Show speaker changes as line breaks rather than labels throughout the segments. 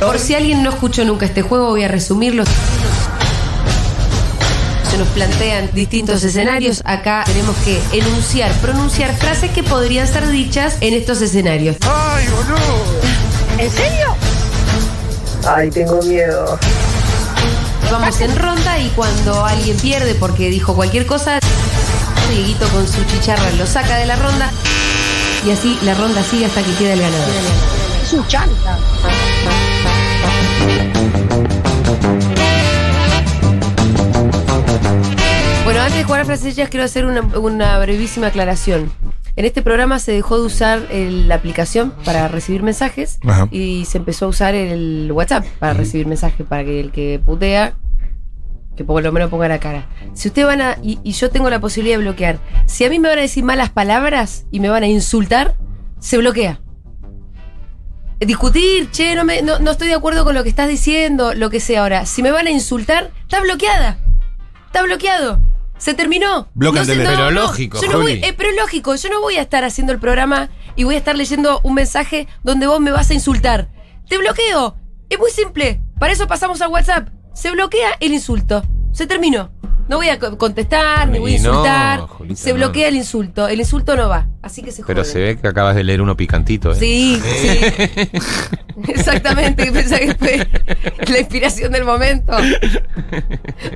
Por si alguien no escuchó nunca este juego, voy a resumir los se nos plantean distintos escenarios. Acá tenemos que enunciar, pronunciar frases que podrían ser dichas en estos escenarios.
¡Ay, boludo!
¿En serio?
Ay, tengo miedo.
Vamos en ronda y cuando alguien pierde porque dijo cualquier cosa, Dieguito con su chicharra lo saca de la ronda y así la ronda sigue hasta que queda el ganador.
Su chanta.
Bueno, antes de jugar a frases hechas, quiero hacer una, una brevísima aclaración. En este programa se dejó de usar el- la aplicación para recibir mensajes
Ajá.
y se empezó a usar el WhatsApp para recibir mensajes, para que el que putea, que por lo menos ponga la cara. Si usted van a. Y, y yo tengo la posibilidad de bloquear. Si a mí me van a decir malas palabras y me van a insultar, se bloquea. Discutir, che, no, me- no, no estoy de acuerdo con lo que estás diciendo, lo que sea ahora. Si me van a insultar, está bloqueada. Está bloqueado. Se terminó.
Bloca el
sé-
teléfono.
Pero lógico,
yo no voy-
Juli.
eh, Pero es lógico, yo no voy a estar haciendo el programa y voy a estar leyendo un mensaje donde vos me vas a insultar. Te bloqueo. Es muy simple. Para eso pasamos a WhatsApp. Se bloquea el insulto. Se terminó. No voy a co- contestar, ni voy a
Y no,
insultar.
Julita,
se
no.
bloquea el insulto. El insulto no va. Así que se
Pero
jode.
se ve que acabas de leer uno picantito, ¿eh?
Sí, sí. Exactamente, pensaba que fue la inspiración del momento.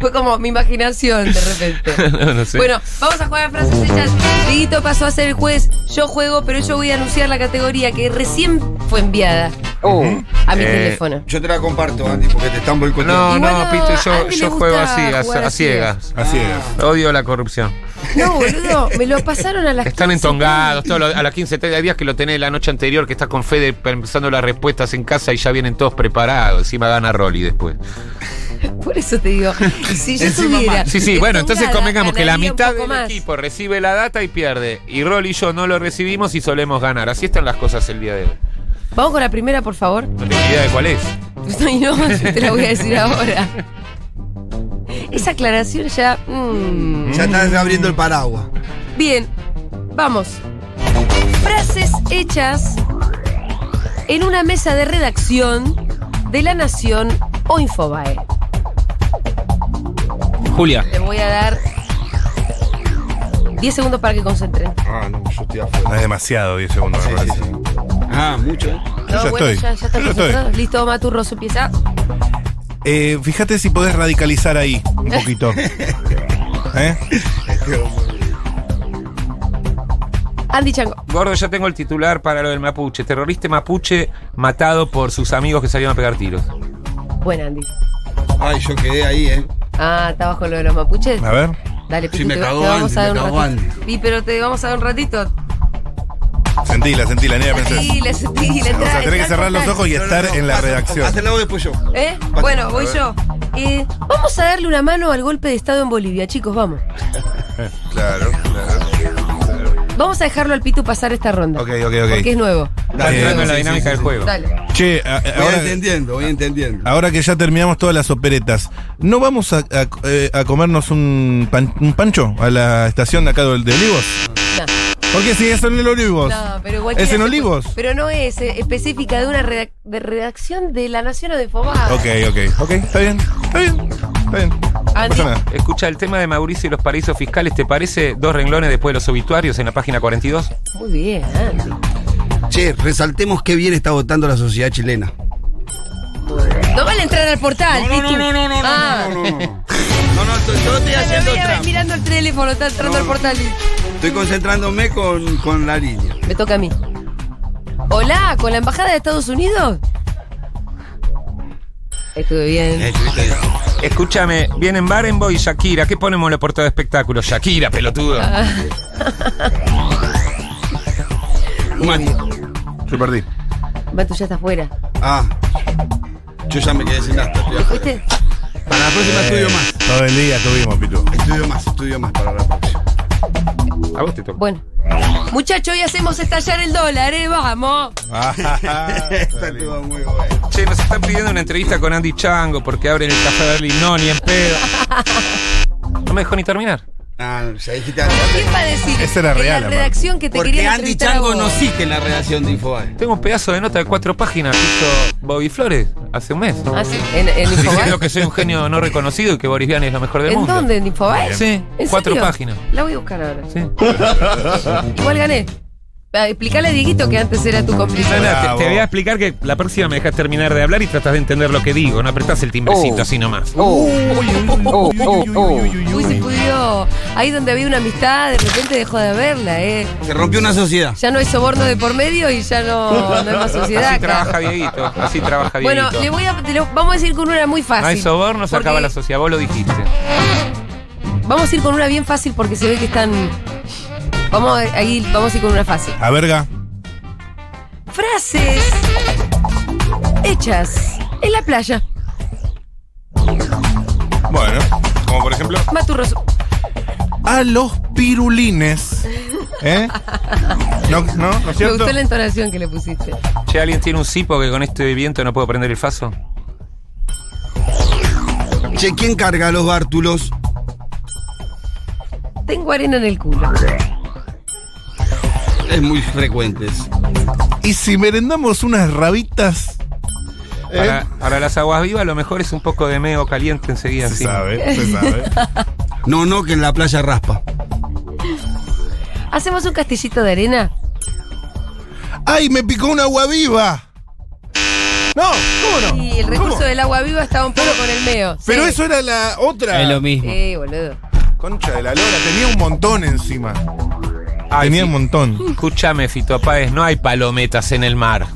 Fue como mi imaginación de repente.
no, no sé.
Bueno, vamos a jugar a frases hechas. Dieguito pasó a ser el juez. Yo juego, pero yo voy a anunciar la categoría que recién fue enviada a mi
Eh,
teléfono.
Yo te la comparto, Andy, porque te están boicoteando.
no,
Igual
no,
a
Pito, yo,
Andy le
yo juego
gusta
así, a,
jugar
a
a ciegas.
ciegas.
Así es.
Odio la corrupción.
No, boludo, me lo pasaron a las
Están
15.
entongados, todo lo- a las 15, hay días que lo tenés la noche anterior, que estás con Fede pensando las respuestas en casa y ya vienen todos preparados. Encima gana Rolly después.
Por eso te digo. Y si yo
Encima
tuviera.
más.
Sí, sí, bueno, entonces
entongada,
convengamos que la
ganaría un
mitad
poco
del
más.
equipo recibe la data y pierde. Y Rolly y yo no lo recibimos y solemos ganar. Así están las cosas el día de hoy.
Vamos con la primera, por favor.
No tengo idea de cuál es.
Ay, Pues no, yo te la voy a decir ahora. Esa aclaración ya. mm.
Ya estás abriendo el paraguas.
Bien, vamos. Frases hechas en una mesa de redacción de La Nación o Infobae.
Julia,
Les voy a dar 10 segundos para que concentren.
Ah, no, yo estoy afuera.
No es demasiado, 10 segundos. me
Sí, sí,
parece.
sí.
ah, mucho. ¿eh?
Yo ya
bueno,
estoy.
ya, ya están
Yo ya estoy.
concentrados. Listo, Maturroso empieza.
Eh, fíjate si podés radicalizar ahí un poquito. ¿Eh?
Andy Chango.
Gordo, ya tengo el titular para lo del mapuche. Terrorista mapuche matado por sus amigos que salieron a pegar tiros.
Bueno, Andy.
Ay, yo quedé ahí, ¿eh?
Ah, está bajo lo de los mapuches.
A ver.
Dale,
Sí,
Pitu,
me
te,
cagó
te vamos
Andy,
a
me
dar un
cagó
ratito.
Andy.
Y pero te vamos a dar un ratito.
Sentila, sentila, nena, pensás.
Sí, le sentí, le
O sea,
entra-
tenés que
entra
cerrar
al
los
total.
ojos y
No, no,
estar
no,
en la
haz-
redacción.
Hazlo vos después yo.
¿Eh?
Pasa,
Bueno,
a
voy
ver.
yo. Eh, vamos a darle una mano al golpe de Estado en Bolivia, chicos, vamos.
Claro, claro.
Vamos a dejarlo al Pitu pasar esta ronda.
Ok, ok, ok.
Porque es nuevo.
Está
Dale,
entrando en la
sí,
dinámica del juego.
Dale.
Che, a-
Voy
ahora,
entendiendo, voy entendiendo.
ahora que ya terminamos todas las operetas, ¿no vamos a, a- eh, a comernos un, pan- un pancho a la estación de acá de, de Olivos? Porque si es en el Olivos.
No, pero igual
¿Es en Olivos?
Pero no es eh, específica de una redac- de redacción de La Nación o de Fobá.
Ok, ok, ok, está bien, está bien, está bien. No
Andy.
pasa nada.
Escucha, el tema de Mauricio y los paraísos fiscales, ¿te parece dos renglones después de los obituarios en la página 42?
Muy bien, Andy.
Che, resaltemos qué bien está votando la sociedad chilena.
No vale entrar al portal,
No, no,
Pitu.
no, no, no, no,
Ah.
No, no, no. No, no, estoy, yo estoy
Pero
haciendo
mira,
trampa.
mirando el teléfono, está entrando
No,
al
no.
portal.
Estoy concentrándome con, con la línea.
Me toca a mí. Hola, ¿con la embajada de Estados Unidos? Estuve
Eh.
bien.
Escúchame, vienen Barenboy y Shakira. ¿Qué ponemos en la portada de espectáculo? Shakira, pelotudo.
Ah.
Mati.
Yo perdí.
Matu ya está afuera.
Ah. Yo ya me quedé sin nada.
¿Fuiste?
Para la próxima
Eh.
estudio más.
Todo el día tuvimos, Pitu.
Estudio más, estudio más para la próxima.
A vos te toca.
Bueno. Muchachos, hoy hacemos estallar el dólar, ¿eh? Vamos.
Ah,
Esta estuvo muy buena.
Che, nos están pidiendo una entrevista con Andy Chango porque abren el café Berlín. No, ni en pedo. No me dejó ni terminar.
Ah, ya dijiste
¿Quién va a decir?
Esa era
en
real,
La
aparte.
redacción que te
Porque
querían
Andy
entrevistar a
Chango
vos.
no existe en la redacción de Infobae.
Tengo un pedazo de nota de cuatro páginas que hizo Bobby Flores hace un mes.
Ah, sí, en, en Infobae.
Diciendo que soy un genio no reconocido y que Boris Vian es lo mejor del
¿En
mundo.
dónde? ¿En Infobae?
Sí,
¿En
cuatro
serio?
páginas.
La voy a buscar ahora.
Sí.
Igual gané. Ah, Explicale a Dieguito que antes era tu cómplice.
Nana,
Bravo.
te, te voy a explicar que la próxima me dejas terminar de hablar y tratas de entender lo que digo, no apretás el timbrecito
Oh.
así nomás.
Oh, oh, oh, oh.
Uy, se pudrió. Ahí donde había una amistad, de repente dejó de haberla, ¿eh?
Se rompió una sociedad.
Ya no hay soborno de por medio y ya no, no hay más sociedad.
Así
acá.
trabaja Dieguito, así trabaja Dieguito.
Bueno, le voy a, te lo- vamos a decir con una muy fácil.
no hay soborno, se
Porque
acaba la sociedad, vos lo dijiste.
Vamos a ir con una bien fácil porque se ve que están. Vamos a, ahí, vamos a ir con una fácil.
A verga.
Frases hechas en la playa.
Bueno, como por ejemplo.
Maturros.
A los pirulines. ¿Eh? ¿No, no, no es
Me
cierto?
gustó la entonación que le pusiste.
Che, ¿alguien tiene un cipo que con este viento no puedo prender el faso?
Che, ¿quién carga los bártulos?
Tengo arena en el culo.
Es muy frecuente. eso.
Y si merendamos unas rabitas. ¿Eh?
Para, para las aguas vivas lo mejor es un poco de meo caliente enseguida.
Se
así.
sabe, se sabe.
No, no, que en la playa raspa.
¿Hacemos un castillito de arena?
¡Ay, me picó un agua viva! No, ¿cómo no?
Y el recurso
¿Cómo?
del agua viva estaba un poco con el meo.
Pero
Sí.
eso era la otra.
Es lo mismo.
Sí, boludo.
Concha de la lora, tenía un montón encima.
Ay,
tenía
sí.
un montón.
Escúchame, Fito Páez, no hay palometas en el mar.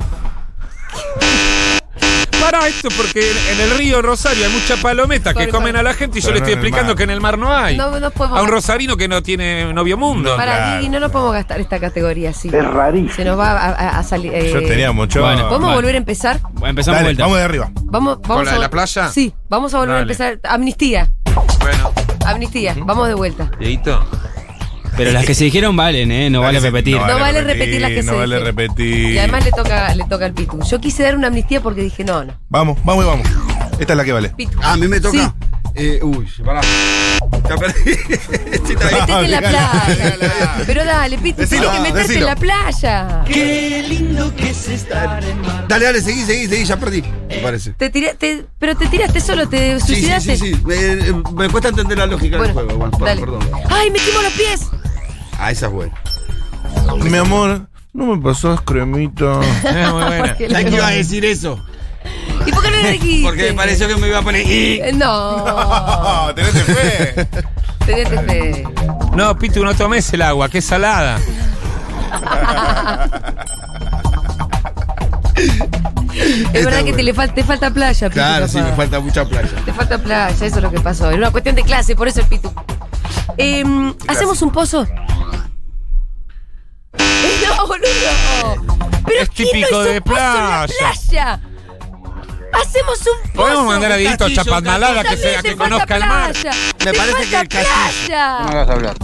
Para esto, porque en, en el río Rosario hay mucha palometa que
Sorry,
comen
sorry.
a la gente y yo
Pero
le
no
estoy
en el
explicando
mar.
que en el mar no hay.
No, no podemos.
a un rosarino que no tiene novio mundo.
Para
Claro.
Diego, no nos podemos gastar esta categoría así. Es rarísimo. Se nos va a, a- a salir. eh,
Yo tenía mucho.
Bueno,
¿Podemos
Vale.
volver a empezar?
Bueno, empezamos
Dale,
vuelta.
vamos de arriba.
Vamos, vamos
la
a-
de la playa?
Sí, vamos a volver
Dale.
a empezar. Amnistía.
Bueno,
Amnistía. Vamos de vuelta.
Dieguito,
Pero las que se dijeron valen, ¿eh? No vale
Dale, sí,
repetir.
No vale repetir las que
No
se
vale
dijeron.
repetir.
Y además le toca, le toca al Pitu. Yo quise dar una amnistía porque dije, no, no.
Vamos, vamos y vamos. Esta es la que vale.
Pitu.
Ah, a mí me
Sí.
toca. Eh, uy, pará. Ya perdí. Sí, está bien.
Metete en la
Dejala,
playa.
dejala.
Pero dale, Pitu,
Decilo,
tenés que meterte
decilo.
en la playa.
Dale, dale, seguí, seguí, seguí, ya perdí. Me parece.
Te tiré, te- pero te tiraste solo, te
Sí, sí,
suicidaste.
sí, sí. Me, eh, me cuesta entender la lógica
Bueno,
del juego. Bueno,
dale.
perdón.
¡Ay, me quemo los pies!
Ah, esa es buena.
Mi amor, no me pasás cremita.
es muy buena.
Porque
Ya
le-
que iba a decir eso.
¿Y por qué no lo dijiste?
Porque me pareció que me iba a poner. "Y".
Eh, No,
Oh, tenete fe.
tenete fe.
No, Pitu, no tomes el agua, que es salada.
Es verdad que
buena.
te, le fal- te falta playa, Pitu.
Claro, sí,
capaz.
me falta mucha playa.
Te falta playa, eso es lo que pasó. Era una cuestión de clase, por eso el Pitu. Em, ¿Hacemos un pozo? Eh, No, boludo. Pero
Es
¿quién
típico
no hizo
de
un pozo en la
playa.
playa? Hacemos un pozo.
Podemos mandar a Dieguito a
castillo,
Chapatmalada que,
También
sea,
te
que
falta
conozca el mar.
playa.
Me
Te
parece que
falta
el castillo.
playa.
hagas hablar.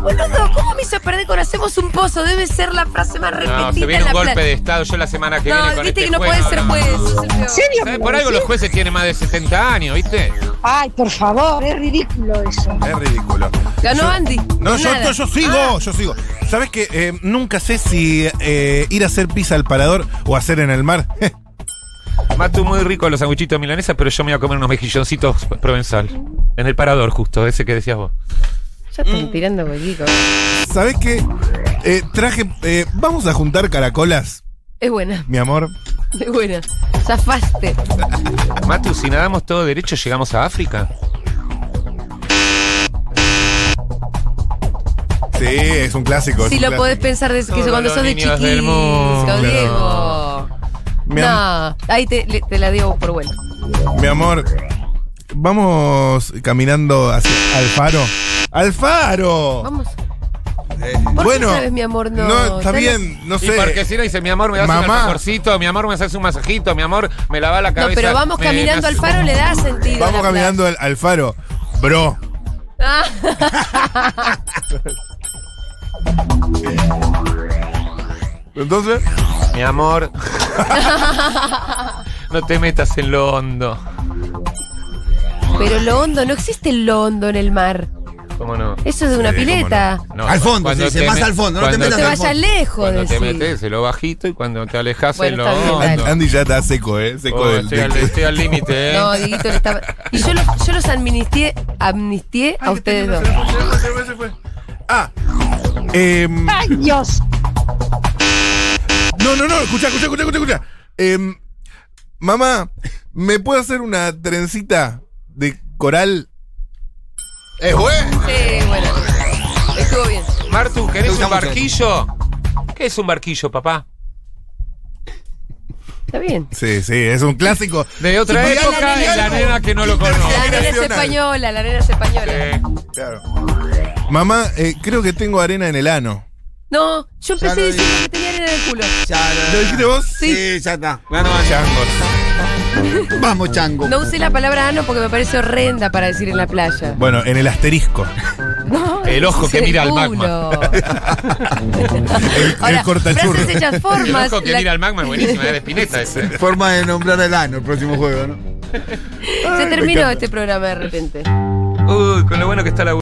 Boludo, ¿cómo me hizo perder con hacemos un pozo? Debe ser la frase más repetida
No, se viene
en
un
la
golpe
playa.
de estado. Yo la semana que viene
No,
con
viste
este
que no
juego,
puede ser
no.
juez.
¿En serio?
¿Sabes? Por algo los jueces tienen más de 70 años, ¿viste?
Ay, por favor, es ridículo eso.
Es ridículo.
Ganó Andy.
No, yo,
Nada.
yo, yo sigo,
Ah,
yo sigo. ¿Sabes que nunca sé si eh, ir a hacer pizza al parador o hacer en el mar?
Matu muy rico los sanguchitos de milanesa, pero yo me voy a comer unos mejilloncitos provenzal. En el parador, justo, ese que decías vos.
ya están tirando bollico.
¿Sabes qué? Eh, traje. eh, vamos a juntar caracolas,
Es buena,
mi amor.
es buena. Zafaste.
Matu, si nadamos todo derecho, llegamos a África.
Sí, es un clásico. es
Si
un
lo
clásico.
podés pensar desde que
Todos
cuando
los
sos de
niños
chiquito,
del mundo.
Diego.
Mi, am-
No, ahí te, le- te la digo por buena.
mi amor, vamos caminando hacia Alfaro. ¡Alfaro!
Vamos. ¿Por
Eh, bueno,
qué sabes, mi amor? No,
está
dale.
bien, no
Y
sé.
porque si no dice, mi amor, me das un
Mamá.
alfajorcito, mi amor, me haces un masajito, mi amor, me lava la
No,
cabeza.
pero vamos
me-
caminando
me
al
hace-
faro, le da sentido. a
Vamos
la
caminando al Alfaro. Bro.
Ah.
Entonces,
Mi amor. no te metas en lo hondo.
Pero lo hondo, no existe lo hondo en el mar.
¿Cómo no?
Eso es de una
Sí, cómo
pileta.
No,
Al fondo,
cuando
se dice,
te
más
met-
al fondo, no te
No
cuando
metas
te
al
vayas
fondo.
lejos,
Cuando te
decís.
metes, se lo bajito y cuando te alejas, se
Bueno,
lo.
está bien,
hondo.
dale.
Andy ya está seco, ¿eh? Seco
Oh,
del.
estoy, al,
del-
estoy al límite, ¿eh?
No, Dieguito le estaba. Y yo los, yo los amnistié, amnistié a ustedes dos.
Ah. em,
Ay, Dios.
no, no, no, escucha, escucha, escucha, escucha. escucha. Em, mamá, ¿me puedo hacer una trencita de coral?
¡Es bueno!
Sí, bueno. Estuvo bien.
Martu,
Me
¿querés
gusta
un
mucho
barquillo? ¿Qué es un barquillo, papá?
Está bien.
Sí, sí, es un clásico.
De otra
Dígale,
época y
dígale
la
algo.
nena que no lo
La
conoce.
arena es española, la arena es española.
Eh,
Claro. Mamá, eh, creo que tengo arena en el ano.
No, yo
Ya lo
empecé diciendo
dije.
que tenía arena en el culo.
Ya,
¿Lo dijiste vos?
Sí.
Sí, ya está.
Changos.
Vamos, chango.
No usé la palabra ano porque me parece horrenda para decir en la playa.
Bueno, en el asterisco.
No,
El ojo
es
que
el
mira al
culo.
magma.
El,
Ahora,
el cortachurro.
frases hechas
el
formas.
ojo que
la-
mira al magma es buenísimo, es de espineta ese.
Forma de nombrar el ano el próximo juego, ¿no?
Se terminó este programa de repente.
Uy, con lo bueno que está la